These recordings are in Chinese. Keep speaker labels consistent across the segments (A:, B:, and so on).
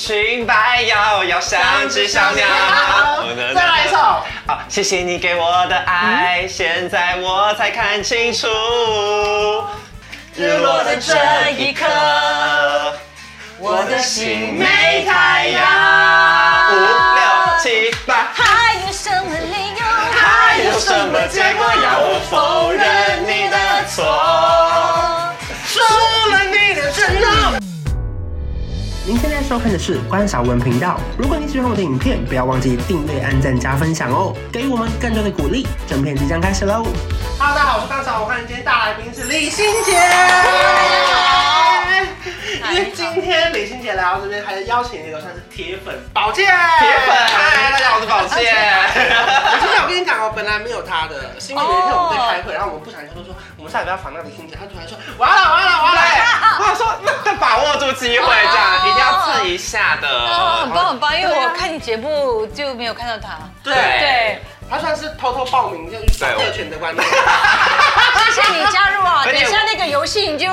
A: 裙摆摇摇，像只小鸟。
B: 再来一首。
A: 啊，谢谢你给我的爱，现在我才看清楚。
C: 日落的这一刻，我的心没太阳。
A: 五六七八，
C: 还有什么理由？
A: 还有什么结果要我否认你的错？除了你的承诺。
D: 您现在收看的是关少文频道。如果你喜欢我的影片，不要忘记订阅、按赞、加分享哦，给予我们更多的鼓励。正片即将开始喽！
B: Hello，大家好，我是关少文，欢迎今天大来宾是李心洁。因为今天李心洁来到这边，还是邀请一个算是铁粉宝剑。铁
A: 铁粉，嗨，大
B: 嗨，大
A: 家
B: 家
A: 好，
B: 好，
A: 我
B: 我
A: 是
B: 是
A: 宝
B: 宝
A: 剑
B: 剑。。我真的，我跟你讲哦，本来没有他的，是因为有一天我们在开会，然后我们不小心就说我们下礼拜要访那个李心洁，他突然说完了完了完了。
A: 对，哎我想说，那那把握住机会，这样一定要试一下
C: 哦，很
A: 的。
C: 棒很棒，因为我看你节目就没有看到他。
B: 对
C: 对，
B: 他算是偷偷报名，就是
A: 对我
B: 特权的观念。
C: 啊谢谢你加入啊！
A: 而
C: 等
A: 且
C: 一下那个游戏你就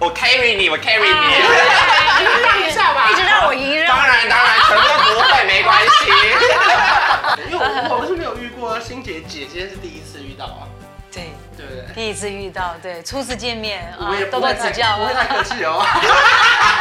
A: 我 carry 你，我 carry
C: 哎
A: 你。
B: 让一 下吧
C: 一直让我赢，让
A: 当然当然，全部都不会，没关系。
B: 因为我我是没有遇过，心姐姐姐是第一次遇到啊，
C: 对，
B: 对不对？
C: 第一次遇到，对，初次见面啊
B: 我也，不
C: 多多
B: 会太
C: 啊指教
B: 不会太客气哦。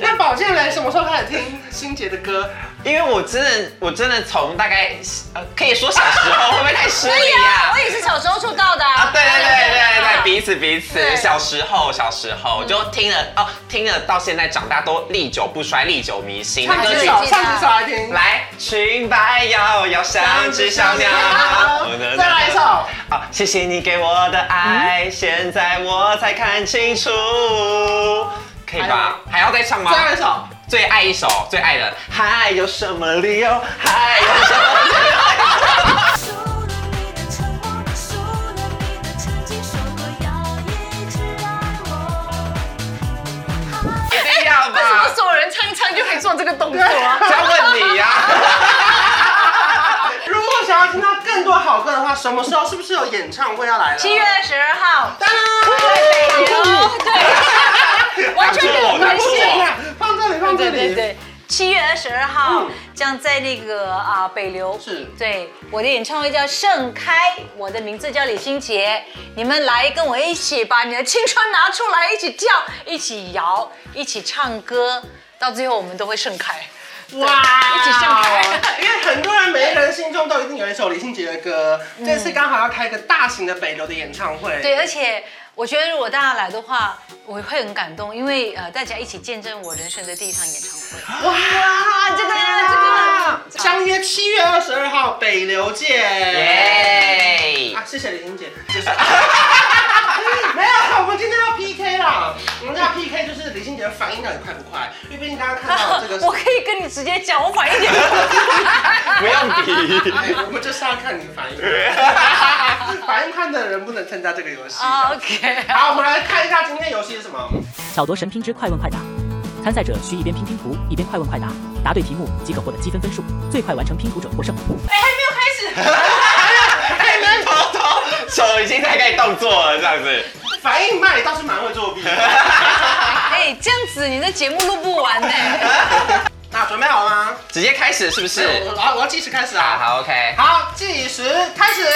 B: 那宝剑人什么时候开始听心姐的歌？
A: 因为我真的，我真的从大概呃，可以说小时候，会不会太失
C: 对
A: 礼
C: 呀，
A: 啊
C: 我？也是小时候出道的啊
A: 啊，对对对对对，
C: 对
A: 彼此彼
C: 对嗯
A: 此，小时候小时候就听了哦，听了到现在长大都历久不衰，历久弥新。
B: 唱
A: 那
B: 几
A: 歌曲
B: 首，
C: 对
B: 唱几首来听。
A: 来，裙摆摇摇，像只小 鸟。
B: 再来一首。
A: 好，谢谢你给我的爱，现在我才看清楚。可以吧？还要再唱吗
B: 最？后一首，
A: 最爱一首，最爱的，还有什么理由？还有什么理由？
E: 输了你的承诺，输了你的曾经，说过要一直爱我。
A: 一定要
C: 为什么
A: 吧？
C: 所有人唱一唱就可以做这个动作啊？
A: 要问你呀、
B: 如果想要听到更多好歌的话，什么时候是不是有演唱会要来了？
C: 七月十二号，
B: 当
C: 北流， 对，完全没有
B: 哦
A: 当
C: 关
A: 初
C: 系
A: 我。
B: 放这里，放这
C: 对
B: 里，
C: 对对，七月二十二号
B: 嗯
C: 将在那个啊、北流
B: 是
C: 对我的演唱会叫盛开，我的名字叫李心洁，你们来跟我一起把你的青春拿出来，一起叫，一起摇，一起唱歌，到最后我们都会盛开。
B: 哇，
C: 一起上台。
B: 因为很多人每一个人心中都一定有一首李心洁的歌，这次刚好要开一个大型的北流的演唱会。
C: 嗯对，而且我觉得如果大家来的话，我会很感动，因为呃大家一起见证我人生的第一场演唱会。
B: 哇，
C: 这个这个，
B: 相约七月二十二号北流见。
A: 耶、
B: 啊，谢谢李英姐，结束。 没有，我们今天要 PK 啦！我们要 PK 就是李心姐的反应到底快不快？因为毕竟大家看到 这个
C: 我可以跟你直接讲，我反应也 不快
A: 不用 比。
B: 我们就是要看你的反应。反应快的人不能参加这个游戏。
C: 啊 OK，
B: 好，我们来看一下今天游戏是什么。
F: 巧夺神拼之快问快答，参赛者需一边拼拼图一边快问快答，答对题目即可获得积分分数，最快完成拼图者获胜。
A: 哎，你偷偷手已经在开始动作了，这样子。
B: 反应慢，你倒是蛮会作弊的。
C: 哎，这样子你的节目录不完 呢。
B: 那准备好了吗？
A: 直接开始是不是？
B: 我我我要计时开始
A: 啊，
B: 啊！
A: 好，OK。
B: 好，计时开始。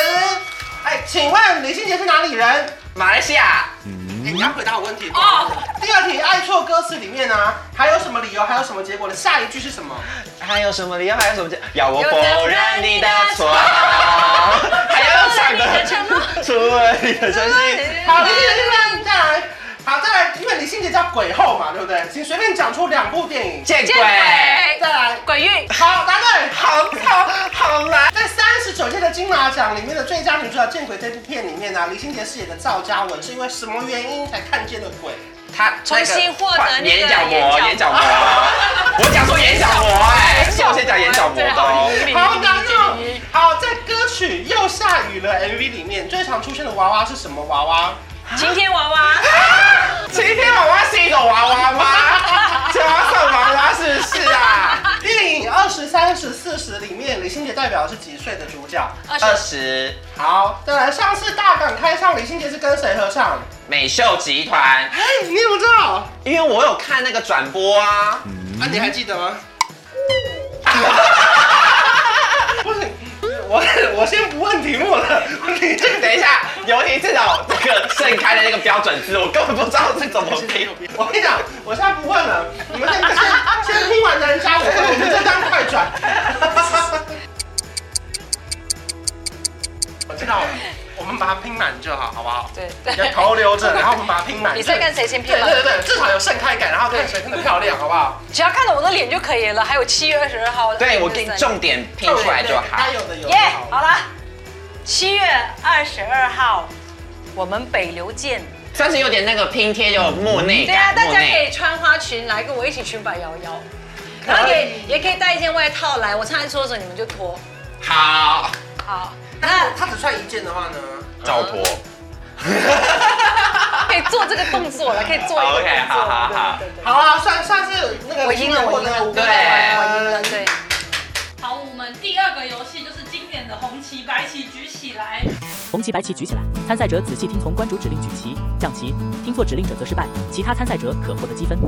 B: 哎，请问李心洁是哪里人？
A: 马来西亚，
B: 哎你要回答我问题。
C: 哦，
B: 第二题，爱错歌词里面呢、还有什么理由，还有什么结果的下一句是什么？
A: 还有什么理由？还有什么？要我
C: 否
A: 否
C: 认
A: 认
C: 你
A: 你
C: 的
A: 的错？
C: 错
A: 还要唱
C: 除了你的承
A: 的，
C: 诺
A: 除了你的真心。
B: 好，李心洁，你再来。好，再来，因为李心洁叫鬼后嘛，对不对？请随便讲出两部电影。
A: 见
C: 见
A: 鬼！
C: 鬼，
B: 再来，
C: 鬼域，
B: 好，答对。
A: 好痛，好难。
B: 在三十九届的金马奖里面的最佳女主角《见鬼》这部片里面呢、啊李心洁饰演的赵嘉文是因为什么原因才看见了鬼？
A: 他
C: 重新获得那个
A: 眼角膜，
C: 眼
A: 眼
C: 角
A: 角
C: 膜
A: 膜。我讲说眼角膜，哎，是我先讲眼角膜的哦。
B: 好难哦！好，在歌曲《又下雨了》MV 里面最常出现的娃娃是什么娃娃？
C: 晴天娃娃，
A: 晴天娃娃是一种娃娃吗？这要算娃娃是不是啊？
B: 电影《二十三十四十里面，李心洁代表的是几岁的主角？
C: 二
A: 二
C: 十
A: 十
B: 好，再来，上次大港开唱，李心洁是跟谁合唱？
A: 美秀集团，
B: 哎，你怎么知道？
A: 因为我有看那个转播啊，
B: 啊，你还记得吗？嗯 不是，我我先不问题目了，你这个
A: 等一下，尤其这种这个盛开的那个标准字，我根本不知道是怎么拼。
B: 我跟你讲，我现在不问了，你们先先先听完人家，我我们这张快转。 我知道了，我们把它拼满就好，好不好？
C: 对
B: 要头留着，然后我们把它拼满。
C: 你在跟谁先拼
B: 对
C: 吗
B: 对对对，至少有盛开感，然后看谁拼的漂亮，好不好？
C: 只要看到我的脸就可以了。还有七月二十二号，
A: 对我给你重点拼出来就好
B: 该。有的有
C: 耶
B: 的。
C: 好了，七月二十二号，我们北流见。
A: 算是有点那个拼贴，有莫内
C: 对啊，
A: 感。
C: 大
A: 哎莫
C: 家可
A: 内
C: 以穿花裙来跟我一起裙摆摇 摇，
A: 哎
C: 然后也也可以带一件外套来。我唱完说着你们就脱。
A: 好，
C: 好，
B: 那
C: 那
B: 他只穿一件的话呢？
A: 照脱。
C: 可以做这个动作了，可以做一个动
A: OK，
C: 作。
A: 好好好
C: 对对对
B: 好啊，算算是那个
C: 我赢了，我赢了，
A: 对
C: 我赢了，对。
G: 好，我们第二个游戏就是经典的红旗、白旗举起来。
F: 红旗、白旗举起来，参赛者仔细听从关主指令举旗、降旗，听错指令者则失败，其他参赛者可获得积分。
G: 开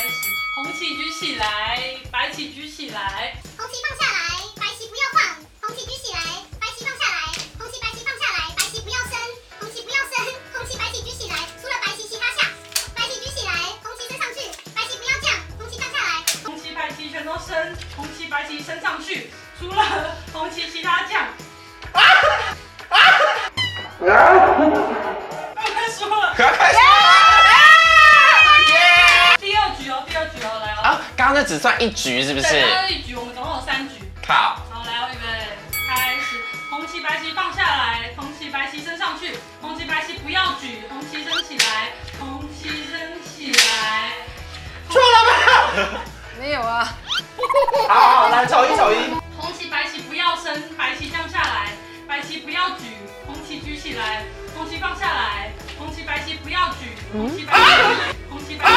G: 始，红旗举起来，白旗举起来。
H: 红旗放下来，白旗不要放；红旗举起来，白旗放下来；红旗白旗放下来，白旗不要升；红旗不要升，红旗白旗举起来，除了白旗其他下；白旗举起来，红旗升上去；白旗不要降，红旗降下来。
G: 红旗、白旗全都升，红旗、白旗升上去，除了红旗，其他降。啊啊！ 我快输了。
A: 快快说！
G: 第二局哦，第二局哦，来哦。
A: 啊，刚刚那只算一局是不是
G: 对，？刚刚一局，我们总共有三局。
A: 好，
G: 好，来，我预备，开始。红旗、白旗放下来，红旗、白旗升上去，红旗、白旗不要举，红旗升起来，红旗升起来。
B: 错了吧？
C: 没有啊，
B: 好好，来走一走一。
G: 红旗、白旗不要升，白旗降下来，白旗不要举，红旗举起来，红旗放下来，红旗、白旗不要举，红旗、白旗，红旗、白旗，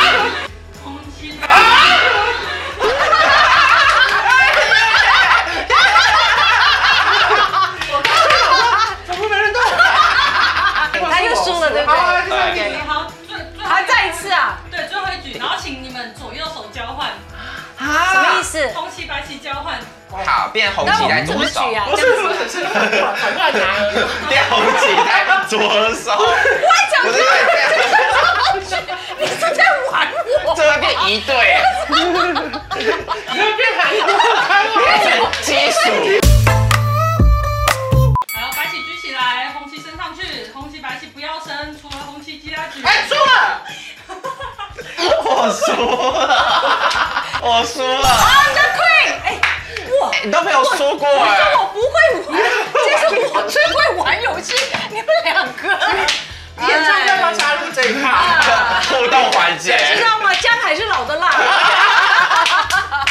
G: 红旗白旗。
B: 怎么没人动？他
C: 他又输了，对不
B: 好，
C: 对？
B: 第三题。
G: 好，最最后
C: 还再一次啊？
G: 对，最后一局，然后请你们左右手交换，
A: 啊
C: 什么意思？
G: 红旗、白旗交换。
A: 好，变红
C: 那
A: 旗
C: 我
A: 在
C: 们怎
A: 左
C: 么
A: 手，
C: 举啊？
B: 不是不是是，反过来拿而已。
A: 变红旗在左手，
C: 我还讲
A: 不是
C: 说
A: 这样
C: 你是在玩我？
A: 这会变一对，
B: 你会变韩国
A: 变成奇数。
G: 好，白旗举起来，红旗升上去，红旗白旗不要升，除了红旗其他举。
B: 哎，输了。
A: 我输了，我输了，
C: 啊，那退！哎，我。
A: 你都没有输过
C: 你说
A: 哎。
C: 我不会玩，这是我最会玩游戏，你们两个，
B: 你也就要不要加入这一趴？
A: 互动环节
C: 知道吗？姜还是老的辣。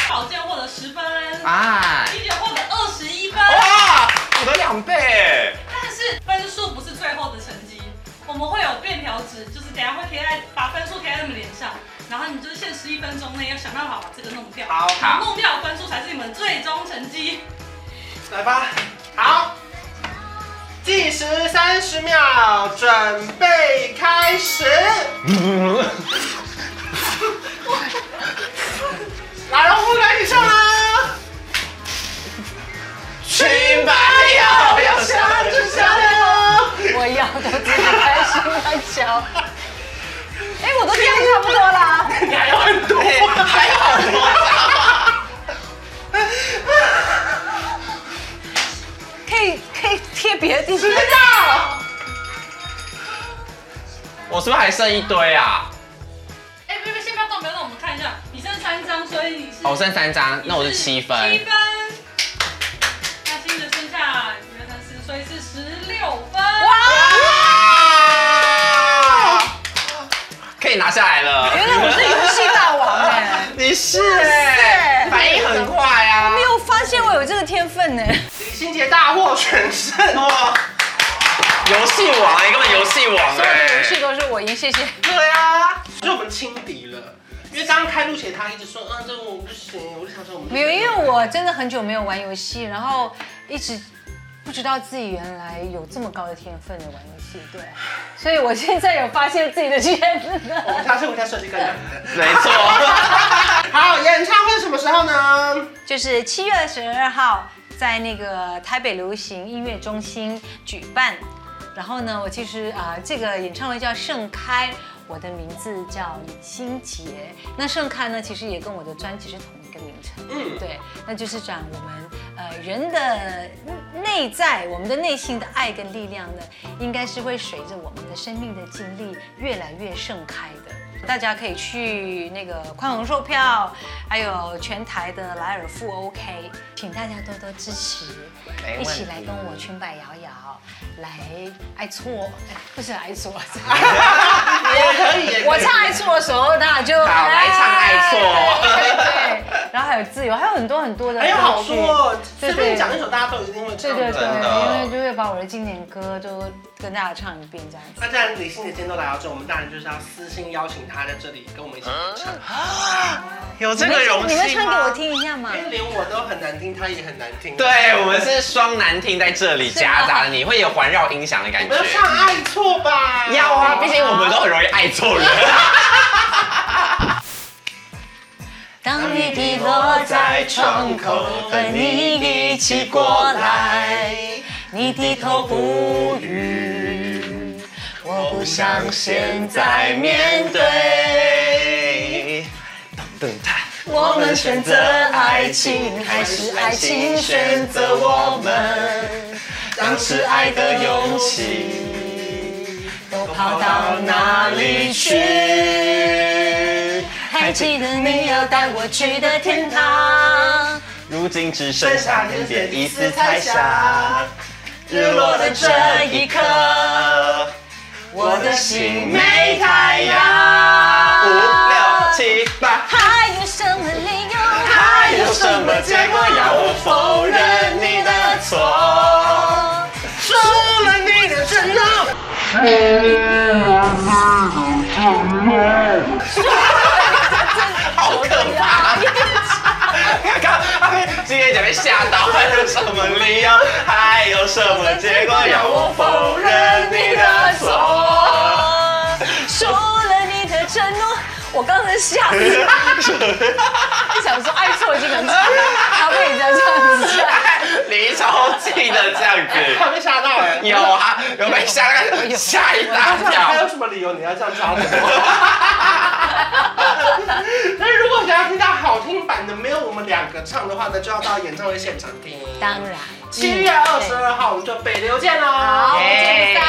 G: 宝剑获得十分，
A: 啊！哦
G: 金姐获得二十一分。
A: 哇，我的两倍哎。
G: 但是分数不是最后的成绩，我们会有便条纸，就是等一下会贴在把分数贴在你们脸上，然后你就是限时一分钟内要想办法把这个弄掉。
B: 好
A: 好
G: 弄掉分数才是你们最终成绩。
B: 来吧。好，计时三十秒，准备开始。来，龙虎赶紧上啦！
A: 裙摆要要
B: 想着想了。
C: 我要的自己开心来瞧。哎，我都这样差不多啦。
B: 你还有很多，
A: 还有好多。
C: 可以可以贴别的地方。
A: 我是不是还剩一堆啊？
G: 哎，别别，先不要动，不要动，我们看一下，你剩三张，所以你是
A: 哦我剩三张，那我是七分。
G: 七分。那新的剩下一二三四，所以是十六
A: 哇！
G: 分。
A: 可以拿下来了。
C: 原来我是游戏大王哎，
A: 你是哎，反应很快啊。
C: 没有哎发现我有这个天分呢。
B: 李心洁大获全胜
A: 哇，游戏王哎，根本游戏王
C: 所有的
A: 哎
C: 游。戏都是我赢，谢谢。
B: 对啊，所以我们轻敌了。因为刚刚开录前他一直说，啊，这我不行，我就想说我们
C: 没有，因为我真的很久没有玩游戏，然后一直不知道自己原来有这么高的天分的玩游戏，对，所以我现在有发现自己的天分
B: 我
C: 了，
B: 们下次回家设计个男的。
A: 没错，
B: 好，演唱会什么时候呢？
C: 就是七月二十二号在那个台北流行音乐中心举办，然后呢，我其实啊、这个演唱会叫盛开。我的名字叫李心洁，那盛开呢，其实也跟我的专辑是同一个名称。
B: 嗯，
C: 对，那就是讲我们呃人的内在，我们的内心的爱跟力量呢，应该是会随着我们的生命的经历越来越盛开的。大家可以去那个宽宏售票，还有全台的莱尔富 OK，请大家多多支持，
A: 没问题
C: 一起来跟我裙摆摇摇，来爱错，哎不是爱错，
B: 也可以，也可以
C: 我唱爱错的时候，大家就
A: 好来唱爱错
C: 哎对，对然后还有自由，还有很多很多的
B: 很有好
C: 歌曲
B: 处哦，
C: 对
B: 随便讲一首大家都一定会
C: 对
B: 唱
C: 对
B: 的。
C: 对，
A: 真的
C: 因为就会把我的经典歌都跟大家唱一遍这样子。
B: 那既然李心姐今天都来到这，我们当然就是要私信邀请她在这里跟我们一起唱，
A: 啊有这个荣
C: 你们
A: 幸
C: 唱给我
A: 吗？
C: 听一下嘛
B: 因。为连我都很难听，她也很难听。
A: 对，我们是双难听在这里夹杂的，你会有环绕音响的感
B: 我
A: 觉
B: 们。要唱《爱错》吧？
A: 要啊，毕竟我们都很容易爱错人。
C: 当雨滴落在窗口，和你一起过来，你低头不语，我不想现在面对。
A: 哎等等他，
C: 我们选择爱情，还是爱情选择我们？当时爱的勇气都跑到哪里去？还记得你要带我去的天堂，
A: 如今只剩下点点一丝猜想。日落的这一刻，
C: 我的心
A: 没太阳。五六七八，
C: 还有什么理由？
A: 还有什么结果要我否认你的错？
B: 输了你的承 诺。
A: 好可怕！刚刚今天姐被吓到，还有什么理由？还有什么结果要我否认你的 错？
C: 说了你的承诺，我刚才吓死了，想说爱错已经很惨了，他被你这样子吓。
A: 你哎超气的这样
B: 快
A: 子，
B: 被吓到哎！
A: 有啊，有被吓到吓一大
B: 还有
A: 跳。
B: 什么理由你要这样抓我？那如果想要听到好听版的，没有我们两个唱的话，那就要到演唱会现场听。
C: 当然，
B: 七月二十二号，我们就北流见喽！
C: 好，我们见
A: 耶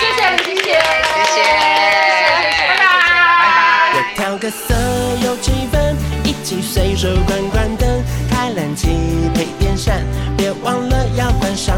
C: 谢谢林姐，谢
A: 谢谢
C: 拜拜。
D: 我调个色有气氛，一起随手关关灯，开冷气配电扇，别忘了要关上